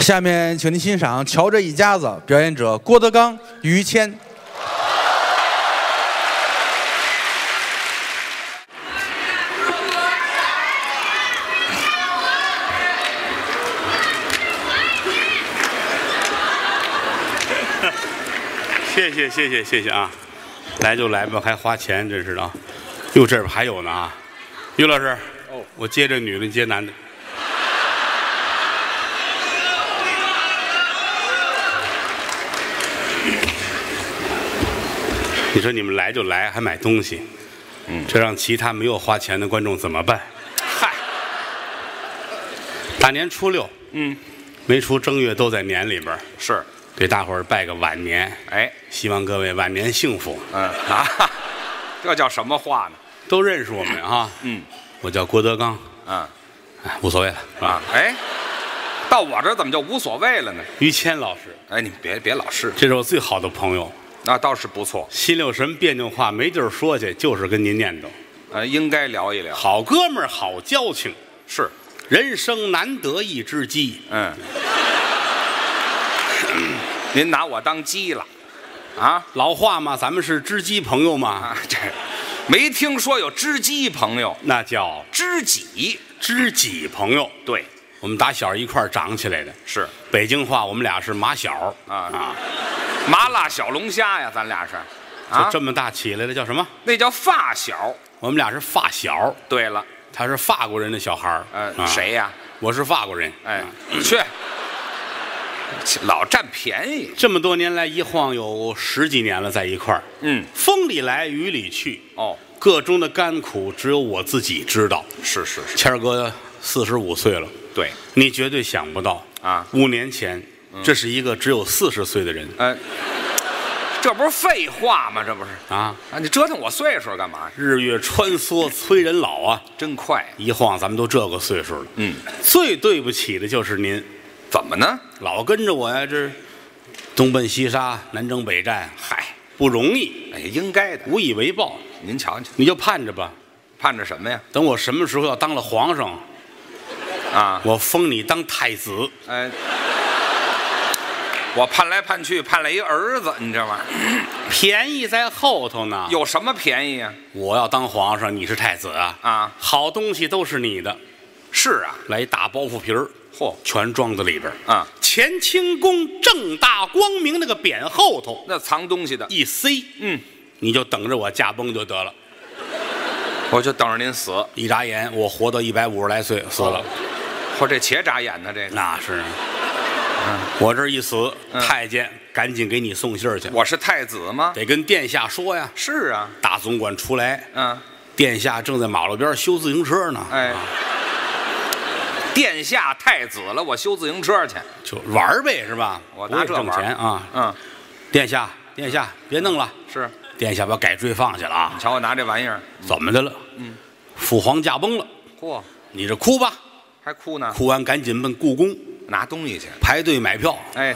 下面，请您欣赏《瞧这一家子》，表演者郭德纲、于谦。谢谢谢谢谢谢啊！来就来吧，还花钱，真是的啊！哟，这边还有呢啊！于老师，哦，我接这女的，你接男的。你说你们来就来，还买东西，嗯，这让其他没有花钱的观众怎么办？嗨，大年初六，嗯，没出正月都在年里边儿，是，给大伙儿拜个晚年，哎，希望各位晚年幸福。嗯啊，这叫什么话呢？都认识我们啊，嗯我叫郭德纲，嗯哎无所谓了，是吧啊？，哎，到我这儿怎么就无所谓了呢？于谦老师，哎，你们别别老是，这是我最好的朋友，那倒是不错，心里有什么别扭话没地儿说去，就是跟您念叨。呃，应该聊一聊，好哥们儿，好交情，是，人生难得一知己。嗯，您拿我当鸡了，啊老话嘛，咱们是知己朋友嘛，啊，这没听说有知己朋友，那叫知己，知己朋友。对，我们打小一块儿长起来的，是北京话我们俩是马小啊啊，麻辣小龙虾呀，咱俩是，啊就，这么大起来的叫什么？那叫发小。我们俩是发小，对了，他是法国人的小孩儿，呃，啊谁呀、我是法国人，哎啊，去，老占便宜。这么多年来一晃有十几年了，在一块儿，嗯，风里来雨里去，哦，各中的甘苦只有我自己知道。是是是，谦儿哥四十五岁了，对，你绝对想不到啊嗯五年前，这是一个只有四十岁的人呃，这不是废话吗？这不是啊！啊？你折腾我岁数干嘛？日月穿梭催人老啊！真快，一晃咱们都这个岁数了，嗯，最对不起的就是您，怎么呢？老跟着我呀，这东奔西杀，南征北战，嗨，不容易，哎，应该的。无以为报，您瞧瞧，你就盼着吧。盼着什么呀？等我什么时候要当了皇上，啊，我封你当太子。哎，我盼来盼去，盼来一儿子，你这玩意儿便宜在后头呢。有什么便宜呀、我要当皇上，你是太子啊！啊好东西都是你的。是啊，来一大包袱皮儿，嚯全装在里边儿啊，乾清宫正大光明那个匾后头那藏东西的，一塞，嗯，你就等着我驾崩就得了。我就等着您死。嚯，一眨眼，我活到一百五十来岁，死哦了。这且眨眼呢，这个那是，啊嗯我这一死，太监赶紧给你送信儿去，我是太子吗？得跟殿下说呀。是啊，大总管出来，嗯，殿下正在马路边修自行车呢，啊哎，殿下太子了，我修自行车去。就玩儿呗，是吧？我拿这不会挣玩儿钱啊！嗯，殿下，殿下，别弄了，是，殿下把改锥放下了啊！瞧我拿这玩意儿，怎么的了？嗯，父皇驾崩了，嚯，你这哭吧，还哭呢，哭完赶紧奔故宫拿东西去。排队买票哎，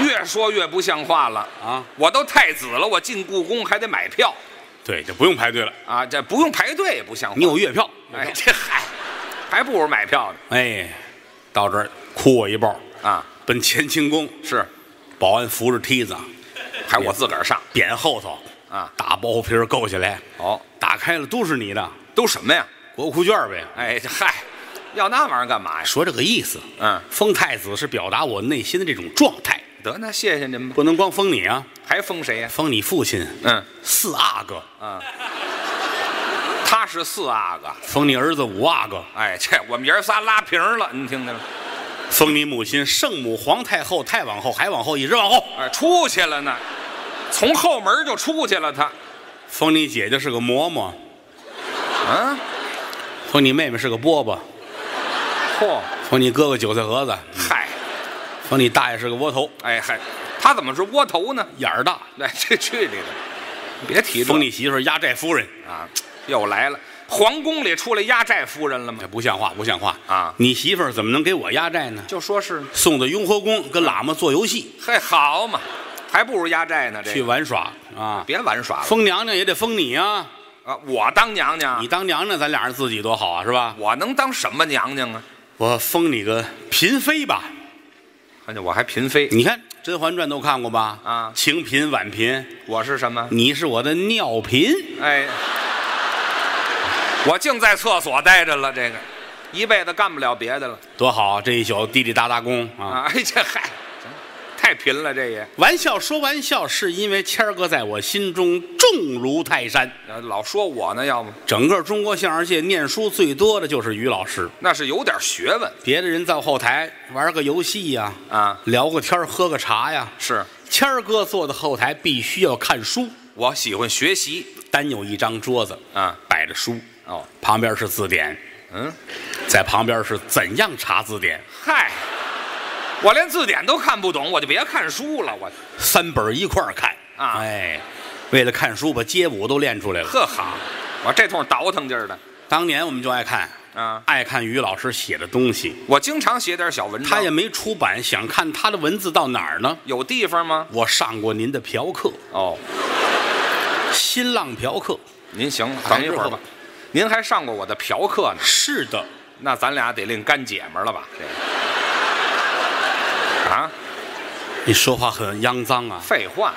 越说越不像话了。啊！我都太子了，我进故宫还得买票对，就不用排队了，啊，这不用排队也不像话你。有月票。哎，这嗨，还不如买票呢哎，到这儿哭我一抱，啊！奔乾清宫，是，保安扶着梯子，还我自个儿上匾后头啊。大包袱皮儿够起来，哦，打开了都是你的都什么呀？国库券呗。哎，这嗨，要那玩意儿干嘛呀？说这个意思，嗯，封太子是表达我内心的这种状态，得，那谢谢您吧。不能光封你啊，还封谁呀？封你父亲，嗯，四阿哥，他是四阿哥。封你儿子五阿哥，哎，这我们爷儿仨拉平了，您听见了？封你母亲圣母、皇太后、太往后，还往后，一直往后，哎，出去了呢，从后门就出去了。他，封你姐姐是个嬷嬷，嗯，封你妹妹是个饽饽，嚯，封你哥哥韭菜盒子，嗨，封你大爷是个窝头，哎嗨，他怎么是窝头呢？眼儿大，哎，这去你的！别提这封你媳妇儿压寨夫人，啊，又来了，皇宫里出来压寨夫人了吗这？哎不像话，不像话啊你媳妇儿怎么能给我压寨呢？就说是，送到雍和宫跟喇嘛做游戏嘿，好嘛，还不如压寨呢。这去个、玩耍啊，别玩耍了封娘娘也得封你啊，啊！我当娘娘你，当娘娘，啊咱俩人自己多好啊，是吧？我能当什么娘娘啊？我封你个嫔妃吧，看哎见我还嫔妃，你看《甄嬛传》都看过吧？啊清嫔、婉嫔，我是什么？你是我的尿嫔。哎，我净在厕所待着了，这个一辈子干不了别的了多好，啊这一宿滴滴答答功啊！啊！哎，这嗨，行太贫了，这也玩笑说玩笑，是因为谦儿哥在我心中重如泰山。呃老说我呢，要不整个中国相声界念书最多的就是于老师，那是有点学问别的人到后台玩个游戏呀、啊。聊个天儿喝个茶呀。是谦儿哥坐在后台必须要看书，我喜欢学习单有一张桌子，啊。摆着书，哦，旁边是字典，嗯，在旁边是怎样查字典，嗨，我连字典都看不懂，我就别看书了。我三本一块儿看啊哎，为了看书，把街舞都练出来了。呵好，我这通倒腾劲儿的当年我们就爱看，啊。爱看于老师写的东西，我经常写点小文章，他也没出版，想看他的文字到哪儿呢？有地方吗？我上过您的嫖客，哦，新浪嫖客。您行了，等等一一会会儿儿吧吧。您还上过我的嫖客呢，是的，那咱俩得另干姐们儿了吧？这个啊，你说话很肮脏啊废话，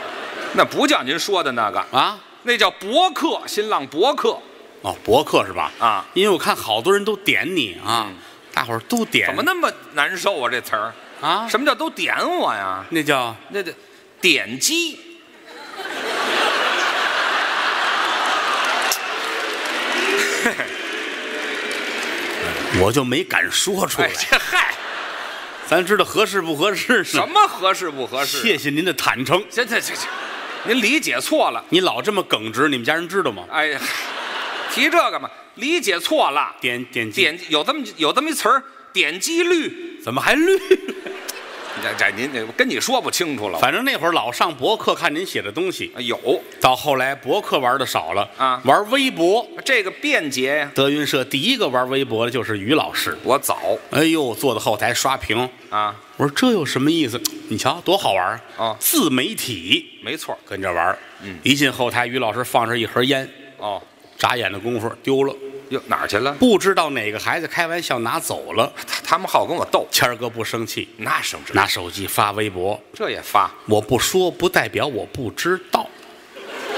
那不叫您说的那个，啊！那叫博客，新浪博客，哦，博客是吧？啊，嗯因为我看好多人都点你啊，大伙儿都点，怎么那么难受啊？这词儿，啊？什么叫都点我呀？那叫那得点击。我就没敢说出来。哎，这嗨，咱知道合适不合适呢？什么合适不合适？嗯啊谢谢您的坦诚，这这这这，您理解错了。你老这么耿直，你们家人知道吗？哎呀，提这个嘛，理解错了。点点击点有这么有这么一词儿，点击率。怎么还绿？这这您这我跟你说不清楚了。哎反正那会儿老上博客看您写的东西，有到后来博客玩的少了啊玩微博。这个便捷呀，德云社第一个玩微博的就是于老师，我早哎呦，坐在后台刷屏，啊，我说这有什么意思？你瞧多好玩啊！哦自媒体没错儿跟着玩，嗯，一进后台，于老师放上一盒烟，哦。眨眼的功夫丢了，哟，哪儿去了？不知道哪个孩子开玩笑拿走了。他他们好跟我斗，谦儿哥不生气，那省着拿手机发微博，这也发我不说不代表我不知道。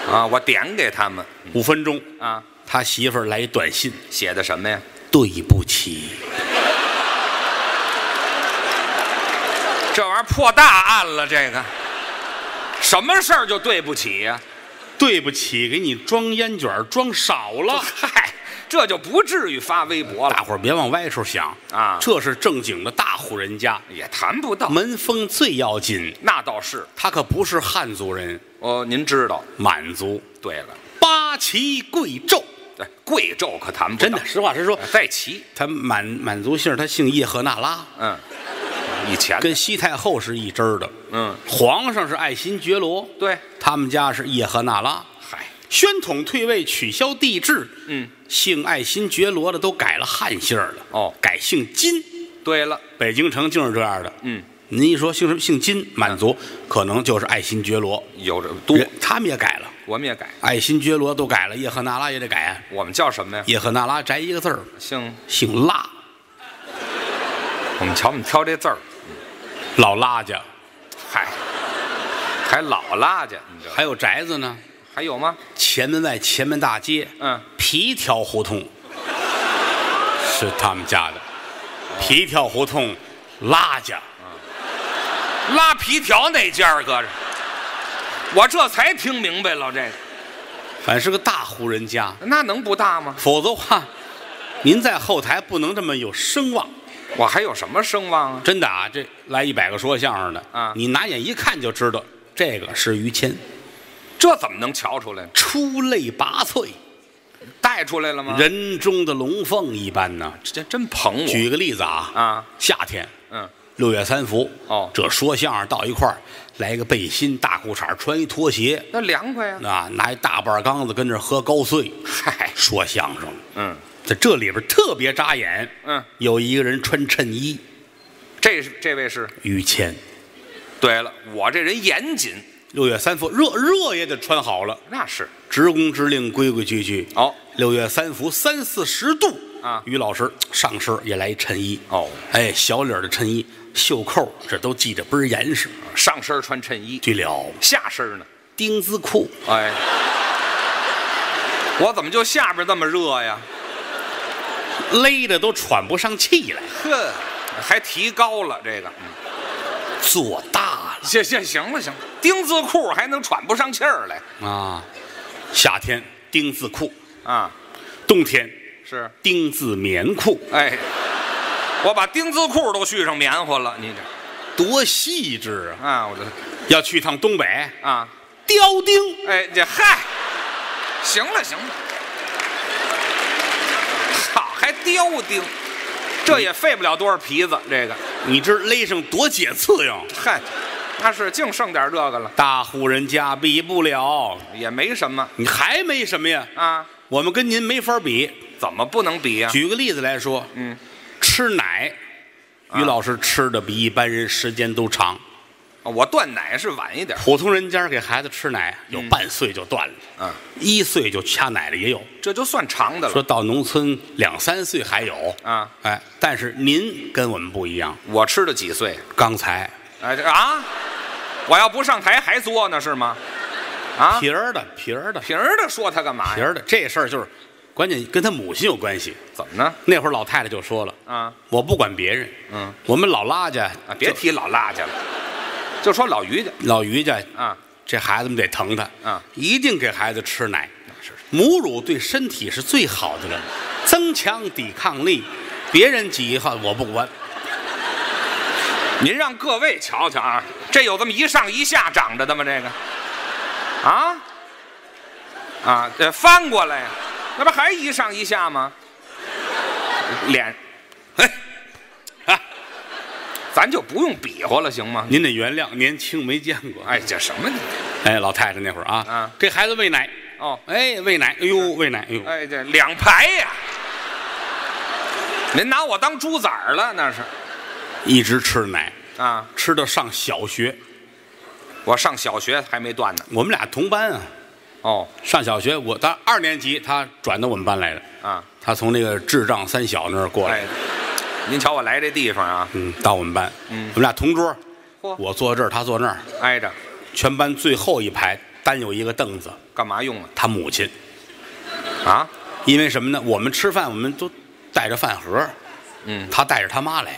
啊，我点给他们五分钟，啊，他媳妇儿来一短信：写的什么呀？对不起。这玩意儿破大案了，这个什么事儿就对不起呀、对不起，给你装烟卷儿装少了。嗨，这就不至于发微博大了，伙儿别往歪处想啊这是正经的大户人家，也谈不到。门风最要紧。那倒是，他可不是汉族人，哦，您知道。满族对了，八旗贵胄，嗯对，贵胄可谈不到真的，实话实说，在齐，他满满族姓儿，他姓叶赫那拉，嗯，以前跟西太后是一支儿的。嗯，皇上是爱新觉罗，对，他们家是叶赫那拉。嗨，宣统退位，取消帝制，嗯，姓爱新觉罗的都改了汉姓儿了，哦改姓金。对了，北京城竟是这样的。嗯，您一说姓什么姓金，满族可能就是爱新觉罗，有这多，人他们也改了，我们也改，爱新觉罗都改了，叶赫那拉也得改啊。我们叫什么呀？叶赫那拉摘一个字儿，姓，姓拉，我们瞧我们挑这字儿，老拉家。嗨，还老拉家，你知道还有宅子呢，还有吗？前门外、前门大街，嗯，皮条胡同是他们家的，皮条胡同拉家。拉皮条那家儿搁着，我这才听明白了，这个反正是个大户人家，那能不大吗？否则的话，您在后台不能这么有声望。我还有什么声望啊？真的啊，这来一百个说相声的啊你拿眼一看就知道，这个是于谦，这怎么能瞧出来呢？出类拔萃，带出来了吗？人中的龙凤一般呢。啊这真捧我举个例子啊，啊，夏天，嗯，六月三伏，哦这说相声到一块儿，来个背心、大裤衩，穿一拖鞋，那凉快呀、啊，拿一大半缸子跟这儿喝高碎，嗨，说相声。嗯，在这里边特别扎眼，嗯，有一个人穿衬衣，这是这位是。于谦。对了，我这人严谨，六月三伏，热热也得穿好了，那是职工之令，规规矩矩。哦，六月三伏，三四十度，啊于老师上身也来一衬衣哦，哎，小领儿的衬衣，袖扣这都系着倍儿严实。上身穿衬衣，对了，下身呢？丁字裤，哎， 我怎么就下边这么热呀？勒的都喘不上气来，哼，还提高了这个。嗯做大行行行了行了，丁字裤还能喘不上气儿来了啊！夏天丁字裤，啊？冬天是，丁字棉裤，哎，我把丁字裤都续上棉花了，你这多细致啊！啊，我这要去趟东北，啊，雕钉。 哎，这嗨，行了行了，好，还雕钉，这也费不了多少皮子，这个你知勒上多解刺痒，嗨，那是净剩点这个了，大户人家比不了。也没什么你还没什么呀？啊，我们跟您没法比。怎么不能比呀、举个例子来说，嗯，吃奶，于老师吃的比一般人时间都长。我断奶是晚一点，普通人家给孩子吃奶，有半岁就断了，嗯，一岁就掐奶了也有。这就算长的了说到农村两三岁还有，呃啊。哎，但是您跟我们不一样。我吃的几岁？刚才哎这啊，我要不上台还作呢是吗？啊，皮儿的皮儿的平儿的说他干嘛皮呀？儿的这事儿就是，关键跟他母亲有关系。怎么呢？那会儿老太太就说了啊，我不管别人，嗯我们老拉家啊，别提老辣家了，就说老于家老于家啊，这孩子们得疼他，嗯一定给孩子吃奶。母乳对身体是最好的了， 增强抵抗力。别人挤一号我不管，您让各位瞧瞧啊，这有这么一上一下长着的吗？这个，啊，啊，这翻过来呀，那不还一上一下吗？脸，哎，啊，咱就不用比划了，行吗？您得原谅，年轻没见过。哎，这什么你？哎，老太太那会儿啊，嗯给孩子喂奶，哦，哎，喂奶，哎呦，喂奶，哎呦，哎，这两排呀、您拿我当猪崽儿了那是一直吃奶，啊！吃到上小学。我上小学还没断呢。我们俩同班啊，哦，上小学我他二年级，他转到我们班来了。啊，他从那个智障三小那儿过来，哎，您瞧我来这地方啊，嗯，到我们班，嗯我们俩同桌，嚯我坐这儿，他坐那儿，挨着，全班最后一排单有一个凳子，干嘛用啊？他母亲，啊，因为什么呢？我们吃饭，我们都带着饭盒，嗯，他带着他妈来呀。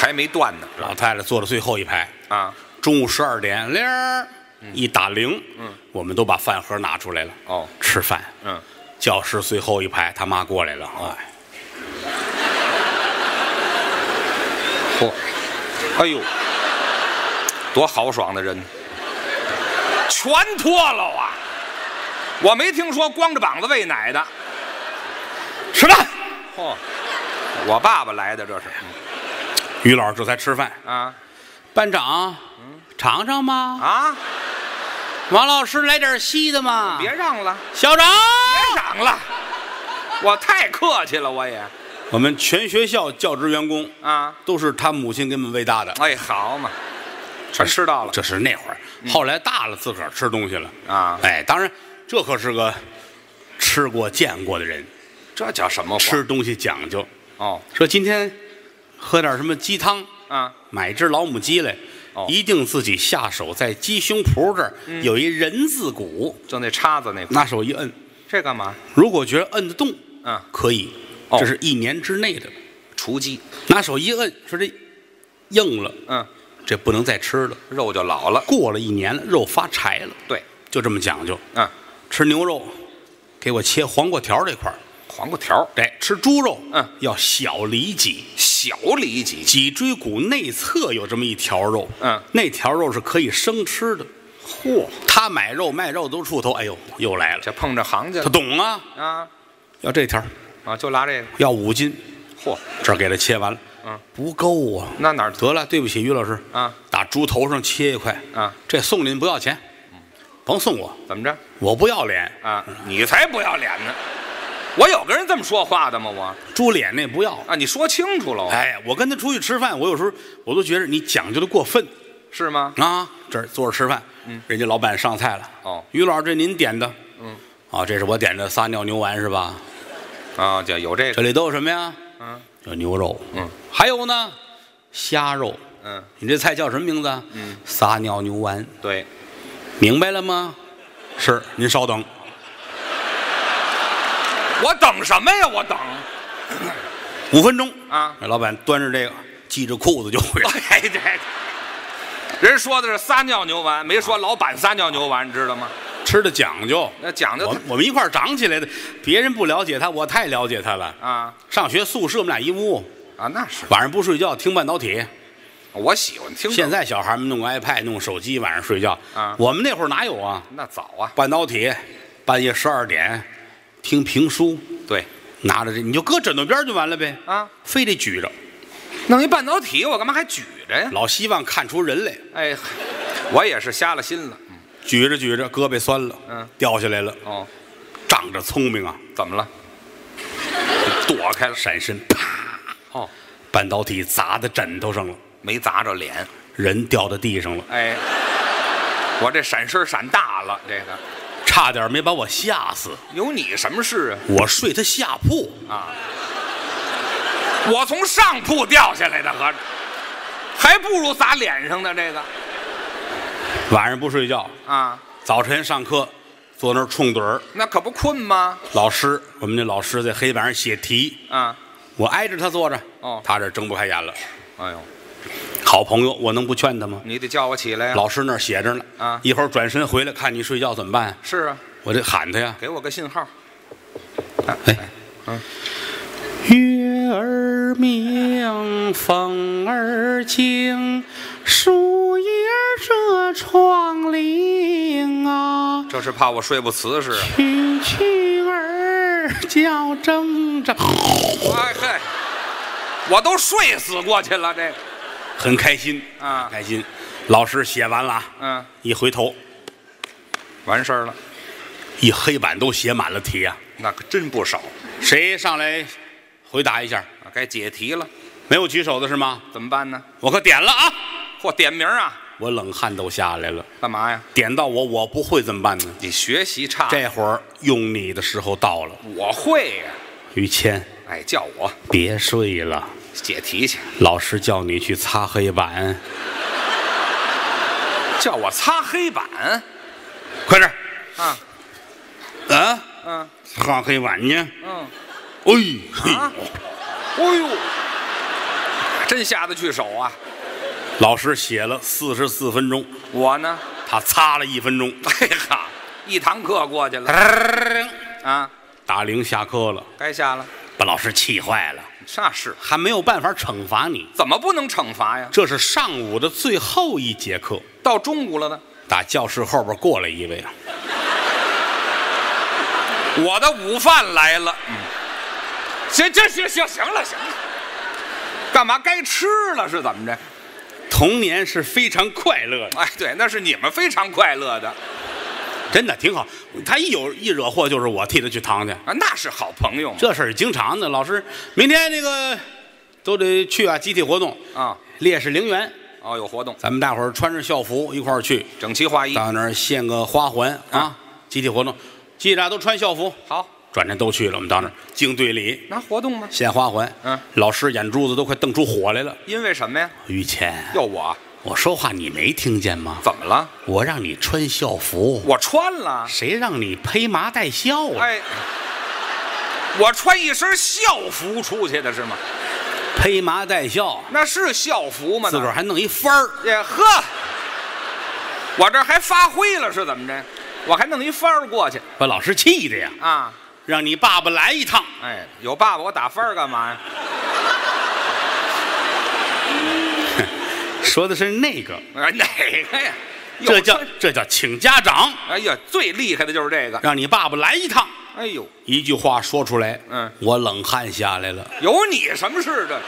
还没断呢老太太坐到最后一排，啊！中午十二点铃儿一打铃，嗯，我们都把饭盒拿出来了，哦，吃饭。嗯，教室最后一排，他妈过来了，哎，嚯，哎呦，多豪爽的人，全脱了啊！我没听说光着膀子喂奶的。吃饭。嚯，我爸爸来的这是于老师这才吃饭，啊班长，嗯尝尝吗？啊！王老师来点稀的吗？别让了。校长，别嚷了，我太客气了，我也我们全学校教职员工啊，都是他母亲给我们喂大的，哎，好嘛，全吃到了这是那会儿。后来大了，自个儿吃东西了啊哎，当然，这可是个吃过见过的人，这叫什么话？吃东西讲究。哦说今天喝点什么鸡汤，啊，买只老母鸡来，哦嗯一定自己下手，在鸡胸脯这儿、有一人字骨，就那叉子那块，拿手一摁，这干嘛？如果觉得摁得动，嗯，可以，哦这是一年之内的。雏鸡，拿手一摁，说这硬了，嗯，这不能再吃了。肉就老了，过了一年了，肉发柴了，对，就这么讲究。嗯，吃牛肉，给我切黄瓜条这块儿；黄瓜条，哎，吃猪肉，嗯，要小里脊，小里脊，脊椎骨内侧有这么一条肉，嗯那条肉是可以生吃的。嚯，他买肉卖肉都出头，哎呦，又来了，这碰着行家他了懂啊，啊要这条，啊，就拉这个，要五斤，嚯，这儿给他切完了，嗯，不够啊，那哪儿得了，对不起，于老师，啊，打猪头上切一块，啊，这送您不要钱，甭送我，怎么着我不要脸，啊？你才不要脸呢！我有跟人这么说话的吗？我猪脸那不要。啊，你说清楚了，哎，我跟他出去吃饭，我有时候我都觉得你讲究的过分是吗？啊。这儿坐着吃饭，人家老板上菜了，嗯哦于老师这您点的，嗯，啊，这是我点的撒尿牛丸是吧？啊，就有这这个，里都有什么呀？嗯有牛肉，嗯，还有呢，虾肉。嗯，你这菜叫什么名字？嗯，撒尿牛丸，对，明白了吗？是，您稍等，我等什么呀？我等，五分钟啊！老板端着这个，系着裤子就回来。 哎，这人说的是撒尿牛丸，没说老板撒尿牛丸，你知道吗？吃的讲究，那讲啊我究们我们一块儿长起来的，别人不了解他，我太了解他了。啊上学宿舍我们俩一屋，啊，那是晚上不睡觉听半导体。我喜欢听这个。现在小孩们弄 iPad 弄手机，晚上睡觉。啊我们那会儿哪有啊？那早啊，半导体，半夜十二点听评书，对拿着这你就搁枕头边儿就完了呗。啊，非得举着，弄一半导体，我干嘛还举着呀？老希望看出人来。哎， 我也是瞎了心了。嗯举着举着，胳膊酸了，嗯，掉下来了，哦，仗着聪明啊，怎么了？躲开了，闪身，啪，哦，半导体砸在枕头上了，没砸着脸。人掉到地上了，哎，我这闪身闪大了，这个差点没把我吓死。有你什么事啊？我睡他下铺，啊！我从上铺掉下来的，合着还不如砸脸上的这个晚上不睡觉，啊，早晨上课，坐那儿冲盹儿。那可不困吗？老师，我们那老师在黑板上写题，啊，我挨着他坐着，哦他这睁不开眼了。哎呦，好朋友，我能不劝他吗？你得叫我起来呀、老师那儿写着呢，啊一会儿转身回来看你睡觉怎么办？是啊，我得喊他呀。给我个信号。哎，月儿明，风儿静，树叶遮窗棂啊，这是怕我睡不瓷实啊。蛐蛐儿叫铮铮，哎嗨，我都睡死过去了，这个很开心啊开心。老师写完了啊，嗯，一回头，完事儿了，一黑板都写满了题啊，那可真不少。谁上来回答一下？啊该解题了，没有举手的是吗？怎么办呢？我可点了啊，嚯，点名啊，我冷汗都下来了。干嘛呀？点到我，我不会怎么办呢？你学习差，这会儿用你的时候到了，我会呀、于谦，哎，叫我别睡了，解题去，老师叫你去擦黑板，叫我擦黑板快点啊，儿啊！嗯擦黑板去！嗯，哎，嘿啊哎呦，真下得去手啊！老师写了四十四分钟，我呢，他擦了一分钟，哎哈，一堂课过去了啊，打铃下课了，该下了，把老师气坏了，那是还没有办法惩罚你。怎么不能惩罚呀？这是上午的最后一节课，到中午了呢，打教室后边过来一位啊，我的午饭来了。嗯，行行行行行了行了，干嘛该吃了是怎么着？童年是非常快乐的，哎，对，那是你们非常快乐的真的挺好。他一有一惹祸，就是我替他去堂去。啊，那是好朋友嘛这事儿经常的。老师，明天那个都得去啊，集体活动，啊。烈士陵园，哦，有活动，咱们大伙儿穿着校服一块儿去，整齐划一。到那儿献个花环啊，嗯啊集体活动，记着啊都穿校服。好，转天都去了，我们到那儿敬队礼，拿活动吗？献花环。嗯，老师眼珠子都快瞪出火来了。因为什么呀？于谦，要我我说话你没听见吗？怎么了？我让你穿校服，我穿了，谁让你披麻戴孝啊了？哎，我穿一身校服出去的是吗？披麻戴孝，那是校服吗？自个儿还弄一幡儿，也呵，我这还发挥了是怎么着？我还弄一番儿过去把老师气的呀！啊！让你爸爸来一趟。哎，有爸爸我打翻儿干嘛呀？说的是那个，哎，哪个呀？有这叫穿这叫请家长，哎呀，最厉害的就是这个。让你爸爸来一趟。哎呦，一句话说出来，嗯，我冷汗下来了，有你什么事 的？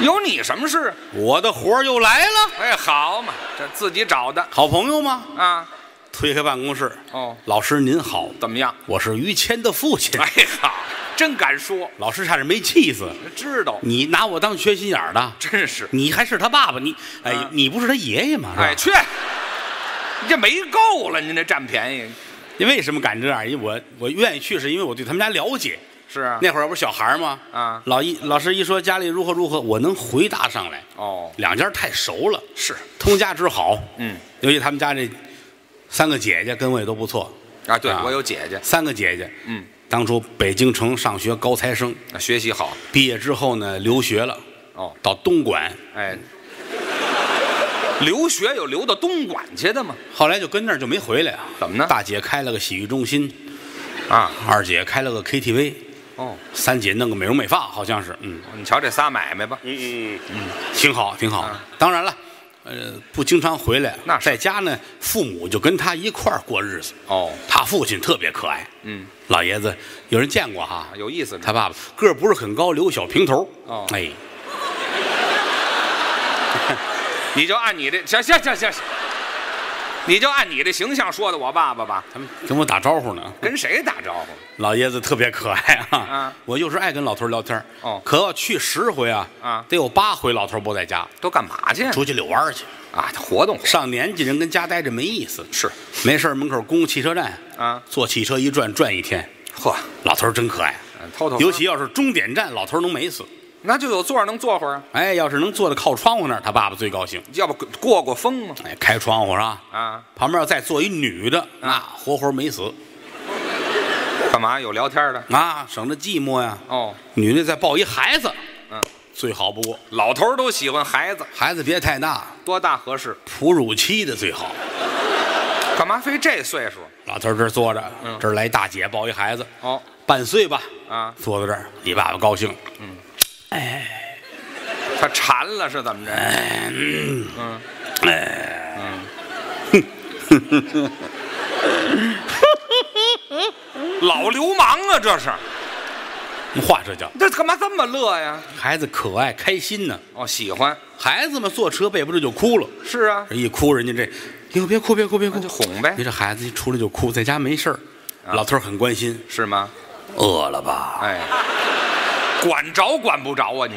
有你什么事？我的活儿又来了。哎，好嘛，这自己找的好朋友吗？啊。推开办公室，哦，老师您好，怎么样？我是于谦的父亲。 哎呀，真敢说，老师差点没气死，知道，你拿我当缺心眼儿的，真是。你还是他爸爸，你哎，嗯你不是他爷爷吗？是吧哎，去，你这没够了，您这占便宜你为什么敢这样？因为我我愿意去，是因为我对他们家了解。是啊，那会儿不是小孩儿吗？啊老一老师一说家里如何如何，我能回答上来。哦，两家太熟了，是，通家之好。嗯，尤其他们家这三个姐姐跟我也都不错，啊，对啊我有姐姐，三个姐姐，嗯，当初北京城上学高材生，啊学习好，毕业之后呢留学了，哦，到东莞，哎，留学有留到东莞去的吗？后来就跟那儿就没回来啊。怎么呢大姐开了个洗浴中心，啊，二姐开了个 KTV，哦，三姐弄个美容美发，好像是，嗯你瞧这仨买卖吧，嗯嗯嗯，挺好挺好。当然了。呃，不经常回来，啊那是在家呢，父母就跟他一块儿过日子。哦，他父亲特别可爱，嗯，老爷子有人见过哈啊，有意思这，他爸爸个儿不是很高，留小平头。哦哎，你就按你这，行行行行，行你就按你这形象说的我爸爸吧，他们跟我打招呼呢。跟谁打招呼？老爷子特别可爱啊。啊我就是爱跟老头聊天。哦可要去十回啊，啊哎得有八回老头不在家，都干嘛去？出去遛弯儿去。啊，活动上年纪人跟家待着没意思，是没事儿门口公汽车站啊，坐汽车一转转一天。嚯，老头儿真可爱，偷偷，尤其要是终点站，老头儿能美死。那就有座儿能坐会儿啊，哎，要是能坐在靠窗户那儿，他爸爸最高兴。要不过过风嘛哎，开窗户是吧？啊？旁边要再坐一女的，那活活没死干嘛有聊天的？啊，省得寂寞呀。哦，女的再抱一孩子，嗯，最好不过，老头儿都喜欢孩子，孩子别太大，多大合适？哺乳期的最好。干嘛非这岁数？老头儿这儿坐着，嗯这儿来大姐抱一孩子，哦半岁吧，啊，坐在这儿，你爸爸高兴，他馋了是怎么着？嗯，嗯， 老流氓啊，这是，话这叫这干嘛这么乐呀？孩子可爱开心呢。哦，喜欢，孩子们坐车背不住就哭了，是啊，这一哭人家这，哟别哭别哭别哭，那就哄呗啊你这孩子一出来就哭，在家没事儿，老头儿很关心，是吗？饿了吧？哎，管着管不着啊你？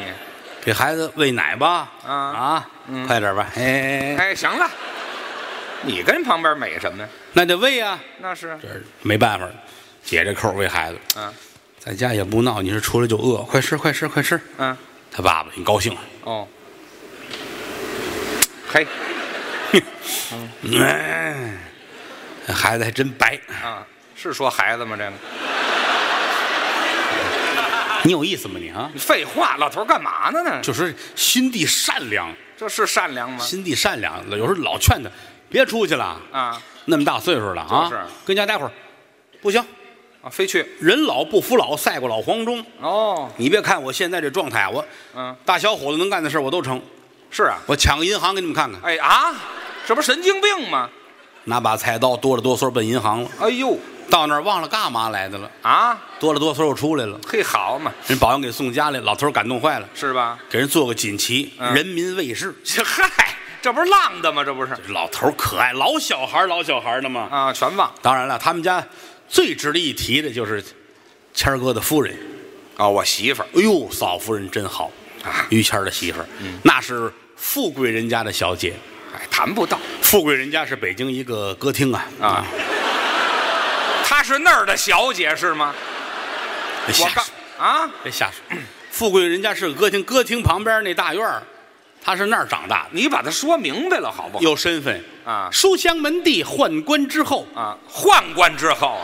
给孩子喂奶吧，啊啊，快点吧，哎，哎，行了，你跟旁边美什么呀？那得喂啊，那是，这没办法，解这扣喂孩子，嗯在家也不闹，你是出来就饿，快吃快吃快吃。嗯，他爸爸挺高兴，哦，嘿哎，孩子还真白，啊，是说孩子吗？这个你有意思吗你啊？你废话，老头儿干嘛呢呢？就说心地善良，这是善良吗？心地善良，有时候老劝他别出去了，啊那么大岁数了啊，就是跟家待会儿，不行，啊，非去人老不服老，赛过老黄忠。哦，你别看我现在这状态，啊我嗯，大小伙子能干的事儿我都成，是啊，我抢个银行给你们看看，哎啊，这不是神经病吗？拿把菜刀哆里哆嗦奔银行了，哎呦到那儿忘了干嘛来的了，啊，哆里哆嗦又出来了。嘿好嘛，人保安给送家里，老头儿感动坏了，是吧？给人做个锦旗，嗯人民卫士。这嗨，这不是浪的吗？这不是老头儿可爱，老小孩儿老小孩儿的嘛。啊，全忘当然了，他们家最值得一提的就是谦儿哥的夫人。啊，我媳妇儿哎呦，嫂夫人真好啊，于谦儿的媳妇儿，那是富贵人家的小姐。哎，谈不到富贵人家是北京一个歌厅啊啊，她是那儿的小姐是吗？别我瞎刚说，啊，别瞎说。富贵人家是个歌厅，歌厅旁边那大院儿，他是那儿长大的，你把它说明白了好不好？有身份啊书香门第，宦官之后，啊，宦官之后，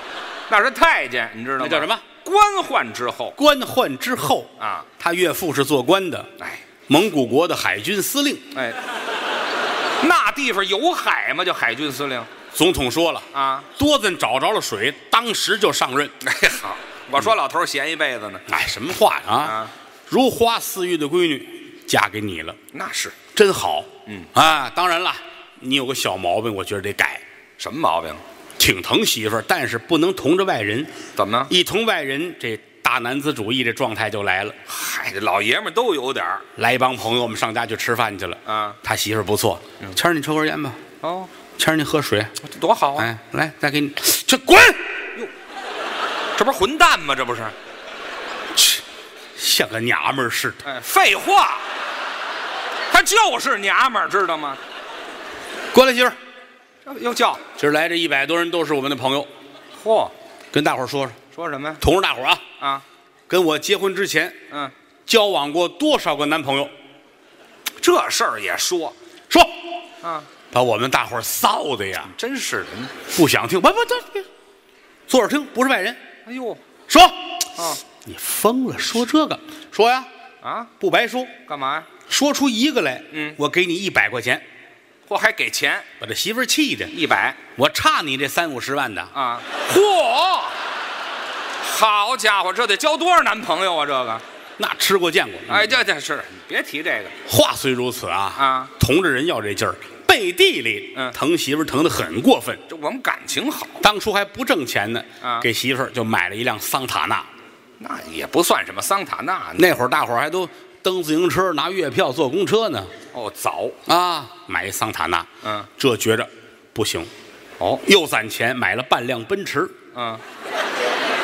那是太监，你知道吗？那叫什么？官宦之后官宦之后啊，他岳父是做官的，哎蒙古国的海军司令。哎，那地方有海吗？就海军司令总统说了，啊。多咱找着了水，当时就上任。哎好，我说老头儿闲一辈子呢，哎，什么话呀啊啊！如花似玉的闺女嫁给你了，那是真好。嗯啊，当然了，你有个小毛病，我觉得得改，什么毛病？挺疼媳妇儿，但是不能同着外人。怎么？一同外人，这大男子主义这状态就来了。嗨，这老爷们儿都有点儿来一帮朋友，我们上家去吃饭去了。啊。他媳妇儿不错，谦儿你抽根烟吧，哦，谦儿你喝水。这多好啊！哎，来，再给你，去滚！这不是混蛋吗？这不是？像个娘们儿似的，哎，废话，他就是娘们儿，知道吗？过来媳妇儿。这又叫今儿来这一百多人都是我们的朋友，嚯，跟大伙儿说说，说什么呀？同着大伙儿啊，啊，跟我结婚之前嗯，交往过多少个男朋友？这事儿也说说，啊，把我们大伙儿臊的呀，真是的。不想听，不不这，这坐着听，不是外人。哎呦，说，啊你疯了，说这个，说呀，啊，不白说，干嘛呀？说出一个来，嗯我给你一百块钱，嚯，还给钱把这媳妇儿气的，一百我差你这三五十万的，啊？嚯，好家伙，这得交多少男朋友啊？这个，那吃过见过。哎，这这是别提这个话虽如此啊，啊，同志人要这劲儿，背地里，嗯疼媳妇儿疼得很过分。这我们感情好，当初还不挣钱呢，啊给媳妇儿就买了一辆桑塔纳。那也不算什么桑塔纳那会儿大伙儿还都蹬自行车、拿月票坐公车呢，哦，早啊，买一桑塔纳，嗯，这觉着不行，哦，又攒钱买了半辆奔驰，嗯，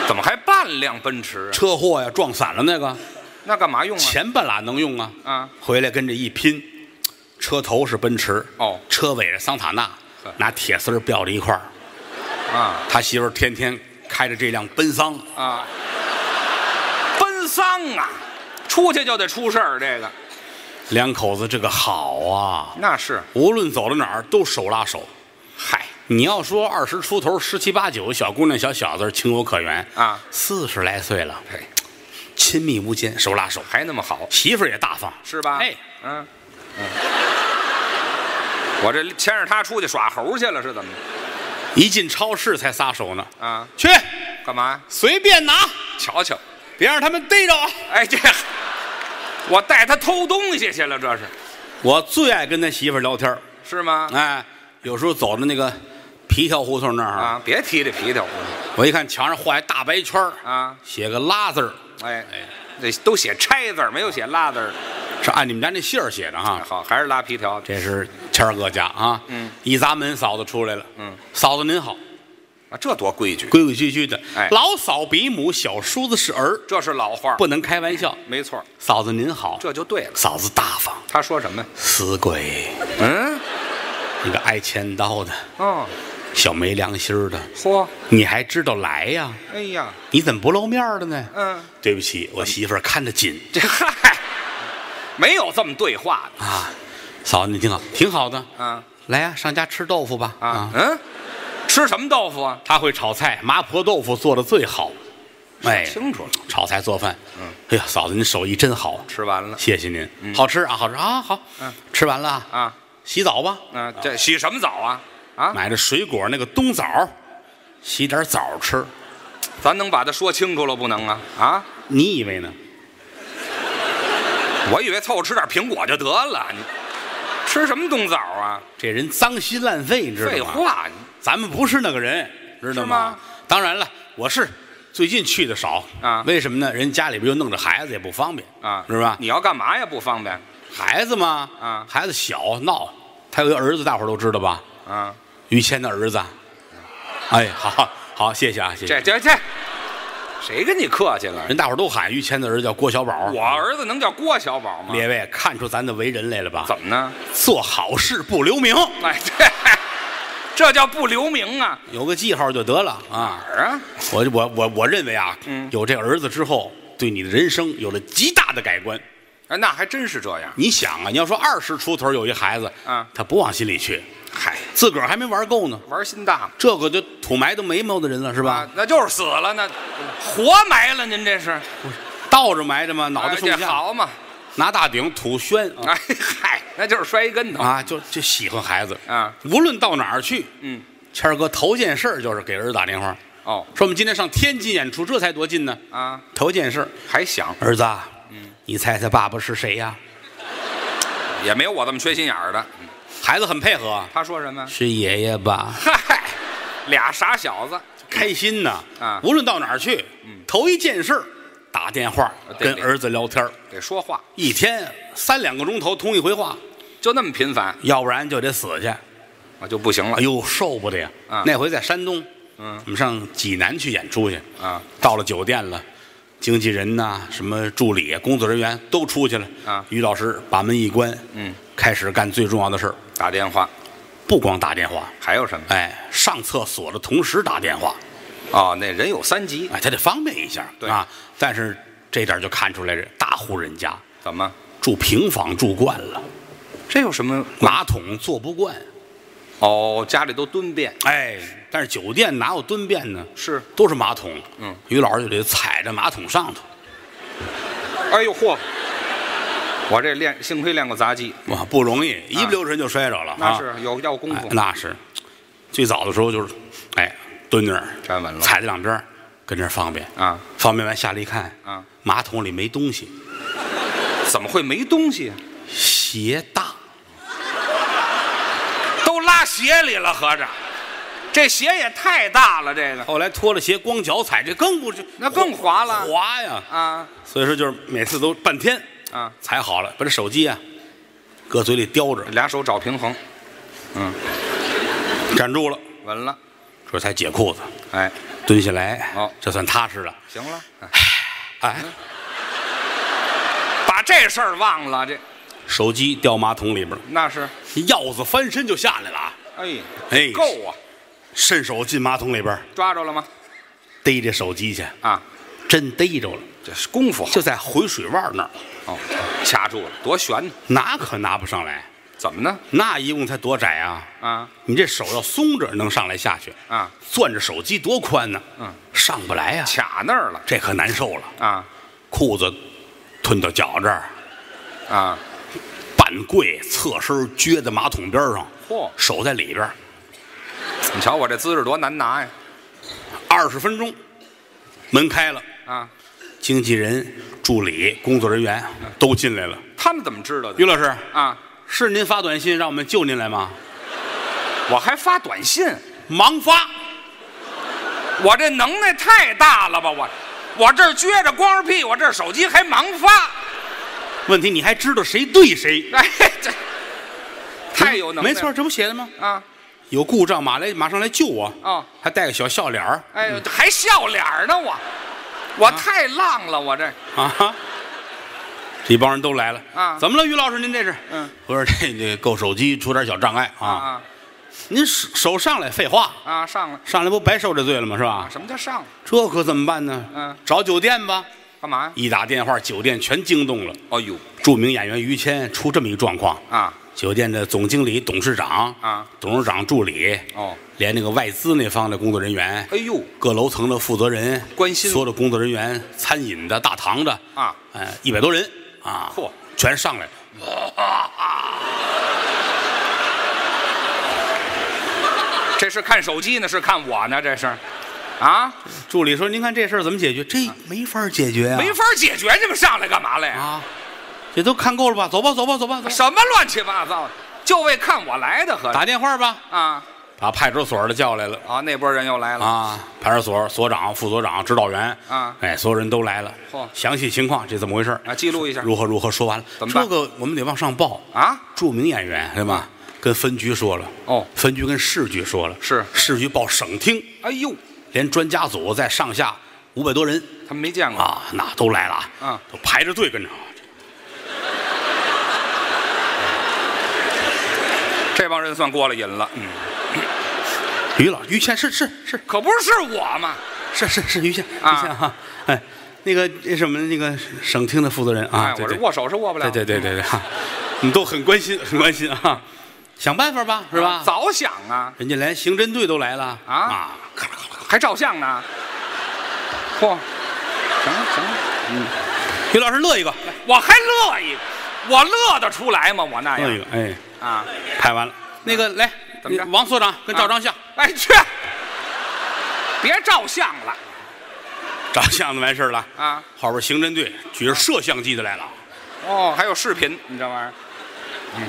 怎么还半辆奔驰啊？车祸呀撞散了那嗯个，那干嘛用啊？前半拉能用啊，啊，回来跟这一拼，车头是奔驰，哦嗯车尾是桑塔纳呵，拿铁丝儿吊着一块儿，啊他媳妇儿天天开着这辆奔桑，啊，奔丧啊，出去就得出事儿，这个两口子这个好啊，那是无论走到哪儿都手拉手。嗨，你要说二十出头、十七八九小姑娘、小小子儿情有可原啊四十来岁了，嘿，亲密无间，手拉手，还那么好媳妇儿也大方，是吧？哎，嗯、嗯，我这牵着他出去耍猴去了是怎么的一进超市才撒手呢。啊？去，干嘛？随便拿，瞧瞧，别让他们逮着啊！哎这。我带他偷东西去了，这是我最爱跟他媳妇儿聊天儿是吗？哎，有时候走到那个皮条胡同那儿啊，啊，别提这皮条了我一看墙上画一大白圈儿啊！写个拉字儿，哎哎，这都写拆字儿，没有写拉字儿。是按你们家那信儿写的哈。好，还是拉皮条。这是谦儿哥家啊，啊嗯，一砸门，嫂子出来了，嗯，嫂子您好，啊，这多规矩！规规矩矩的，哎老嫂比母，小叔子是儿，这是老话，不，能开玩笑。没错，嫂子您好，这就对了。嫂子大方，他说什么呀？死鬼，嗯，你个爱钱刀的，哦，小没良心儿的，嚯，你还知道来呀？哎呀，你怎么不露面儿的呢？嗯，对不起，我媳妇儿看得紧这嗨，没有这么对话的啊。嫂子您挺好，挺好的，啊来呀，上家吃豆腐吧啊，嗯，吃什么豆腐啊？他会炒菜，麻婆豆腐做的最好。哎，清楚了，炒菜做饭。嗯，哎呀，嫂子您手艺真好，吃完了谢谢您，好吃啊，好吃啊，好。嗯，吃完了啊，啊洗澡吧。啊，这洗什么澡啊？啊，买的水果那个冬枣，洗点枣吃。咱能把它说清楚了不能啊？啊，你以为呢？我以为凑合吃点苹果就得了，你吃什么冬枣啊？这人脏心烂肺，你知废道吗？话，咱们不是那个人，知道是吗当然了，我是最近去的少啊为什么呢？人家里边又弄着孩子，也不方便啊，是吧？你要干嘛呀？不方便孩子嘛，啊孩子小闹，他有一儿子，大伙儿都知道吧？啊？于谦的儿子。哎，好好，谢谢啊，谢谢嗯这。这这，谁跟你客气了？人大伙儿都喊于谦的儿子叫郭小宝。我儿子能叫郭小宝吗？列位看出咱的为人来了吧？啊怎么呢？做好事不留名，哎， 这这叫不留名啊！有个记号就得了啊！哪儿啊？我就我我我认为啊，嗯有这儿子之后，对你的人生有了极大的改观。哎，那还真是这样。你想啊，你要说二十出头有一孩子，啊他不往心里去，嗨，自个儿还没玩够呢，玩心大嘛这个就土埋到眉毛的人了，是吧？啊，那就是死了，那活埋了。您这是倒着埋着嘛，脑袋冲哎这下，好嘛？拿大顶土宣啊哎嗨，那就是摔一跟头啊，就就喜欢孩子，啊。无论到哪儿去，嗯，谦儿哥头件事儿就是给儿子打电话，哦说我们今天上天津演出，这才多近呢。啊，头件事儿，还想儿子，嗯，你猜猜爸爸是谁呀、也没有我这么缺心眼儿的。孩子很配合，啊他说什么？是爷爷吧？ 嗨，俩傻小子，开心呐！啊嗯无论到哪儿去，头一件事儿打电话啊对跟儿子聊天儿，得说话，一天三两个钟头通一回话，就那么频繁，要不然就得死去。我就不行了哎呦，受不得呀！哎啊那回在山东，嗯我们上济南去演出去，啊。到了酒店了。经纪人呐、什么助理、啊、工作人员都出去了。啊于老师把门一关，嗯，开始干最重要的事儿，打电话不光打电话，还有什么？哎，上厕所的同时打电话，哦，那人有三级哎，他得方便一下对啊。但是这点就看出来，这大户人家怎么？住平房住惯了，这有什么？马桶坐不惯。哦，家里都蹲便，哎，但是酒店哪有蹲便呢？是都是马桶。嗯，于老师就得踩着马桶上头。哎呦嚯！我这练，幸亏练过杂技，哇，不容易，一不留神就摔着了。啊那啊是嗯有要功哎夫，那是，最早的时候就是，哎，蹲那儿站稳了踩着两边儿，跟这儿方便。啊。方便完下来一看，啊，马桶里没东西，怎么会没东西啊？鞋大。都拉鞋里了，合着这鞋也太大了，这个后来脱了鞋，光脚踩，这更不是那更滑了滑呀。啊所以说就是每次都半天啊，踩好了，把这手机啊搁嘴里叼着，俩手找平衡，站住了，稳了，这才解裤子，哎，蹲下来，好这算踏实了。行了，哎哎，把这事儿忘了，这手机掉马桶里边儿，那是，鹞子翻身就下来了啊！哎，哎，够啊，伸手进马桶里边儿抓着了吗？逮这手机去，啊，真逮着了，这是功夫好就在回水腕那儿，哦，掐住了，多悬呢？拿可拿不上来，怎么呢？那一共才多窄啊！啊你这手要松着，能上来下去啊，攥着手机多宽呢？嗯，上不来呀、啊卡那儿了这可难受了。啊裤子吞到脚这儿，啊！半跪侧身撅在马桶边上，嚯，手在里边儿，你瞧我这姿势多难拿呀！二十分钟，门开了，啊，经纪人、助理、工作人员都进来了。他们怎么知道的于？老师，啊，是您发短信让我们救您来吗？我还发短信。忙发，我这能耐太大了吧？我，我这儿撅着光着屁股，我这儿手机还盲发，问题你还知道谁对谁？哎，这太有能耐没了错，这不写的吗？啊！有故障，马来马上来救我。哦，还带个小笑脸儿哎呦，还笑脸儿呢我，我太浪了，我这啊 哈！这帮人都来了啊怎么了，于老师？您这是？嗯，我说这这够手机出点小障碍啊。啊您手手上来，废话，啊上了，啊上来不白受这罪了吗？是吧？什么叫上了？这可怎么办呢？嗯，找酒店吧。干嘛呀？一打电话，酒店全惊动了。哦呦著名演员于谦出这么一状况，啊酒店的总经理、董事长啊，董事长助理，哦，连那个外资那方的工作人员，哎呦各楼层的负责人关心所有的工作人员、餐饮的、大堂的啊，哎，一百多人啊，嚯全上来了。这是看手机呢，是看我呢？这是，啊，助理说：“您看这事儿怎么解决？这没法解决啊，没法解决，你们上来干嘛来呀？啊，这都看够了吧？走吧，走吧，走吧，走吧什么乱七八糟的，就为看我来的，合着打电话吧，啊把派出所的叫来了啊，那波人又来了。啊，派出所所长、副所长、指导员啊哎，所有人都来了。嚯详细情况这怎么回事？啊，记录一下如何如何？说完了，怎么办这个我们得往上报。啊，著名演员对吧？跟分局说了，哦分局跟市局说了，是市局报省厅，哎呦，连专家组在上下五百多人他们没见过，啊，那都来了啊，啊都排着队跟着。这帮人算过了瘾了，嗯，于老于谦是是是可不是我嘛，是是是于谦，于啊谦哈，哎，那个那什么那个省厅的负责人啊哎，，对我这对握手是握不了，对对对对对，哈 你都很关心很关心啊，想办法吧，是吧？早想啊，人家连刑侦队都来了啊啊，咔啦咔啦咔啦还照相呢，嚯，行了行了，于老师乐一个，我还乐一个，我乐得出来吗？我那乐一样个，哎。啊，拍完了，那个来，怎么着王所长跟照张相，哎去，别照相了照相就完事儿了。啊，后边刑侦队举着摄像机的来了，哦，还有视频，你这玩意儿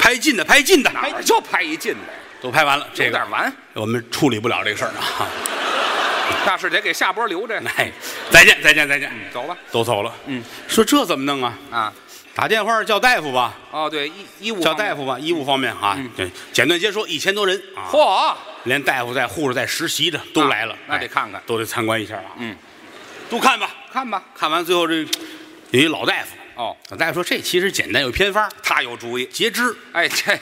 拍近的，拍近的，哪儿就拍一进来，都拍完了。这有个点完，我们处理不了这个事儿啊。那是得给下波留着，嗯哎，再见，再见，再见，走吧，都走了。嗯，说这怎么弄啊？啊，打电话叫大夫吧，哦对，医医务叫方面大夫吧，医务方面啊，对，简短截说，一千多人啊，嚯，连大夫在、护士在、实习的都来了啊，那得哎看看都得参观一下啊。嗯，都看吧，看吧，看完最后这有一老大夫，哦，老大夫说这其实简单有偏方，他有主意。截肢。哎，这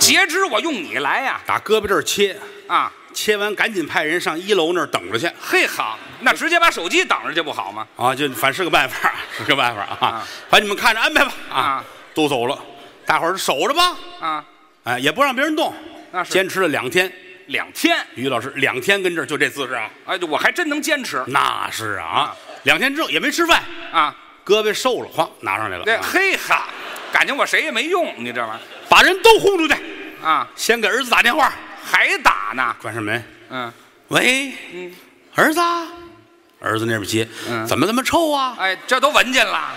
截肢我用你来呀、打胳膊这儿切，啊，切完赶紧派人上一楼那儿等着去嘿好，那直接把手机挡着就不好吗？啊，就反正是个办法，是个办法啊啊，反正你们看着安排吧啊啊，都走了，大伙儿守着吧，啊，哎，也不让别人动，那是坚持了两天，两天，于老师两天跟这儿就这姿势啊，哎，我还真能坚持那是啊，两天之后也没吃饭，啊。胳膊瘦了，哗拿上来了，那啊嘿哈，感情我谁也没用，你这玩意把人都轰出去，儿啊，先给儿子打电话，还打呢？关上门，嗯，喂，儿子啊，儿子那边接，嗯怎么这么臭啊？哎，这都闻见了，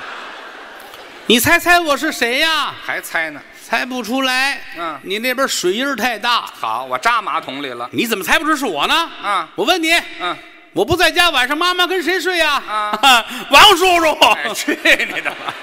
你猜猜我是谁呀？还猜呢？猜不出来，嗯你那边水印儿太大，好，我扎马桶里了。你怎么猜不出是我呢？啊我问你，嗯，我不在家，晚上妈妈跟谁睡呀？啊 哎王叔叔，哎，去你的吧！